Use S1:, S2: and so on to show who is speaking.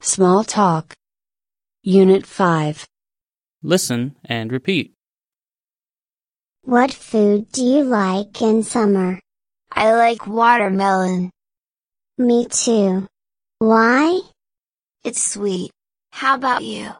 S1: Small Talk. Unit 5.
S2: Listen and repeat.
S3: What food do you like in summer?
S4: I like watermelon.
S3: Me too. Why?
S4: It's sweet. How about you?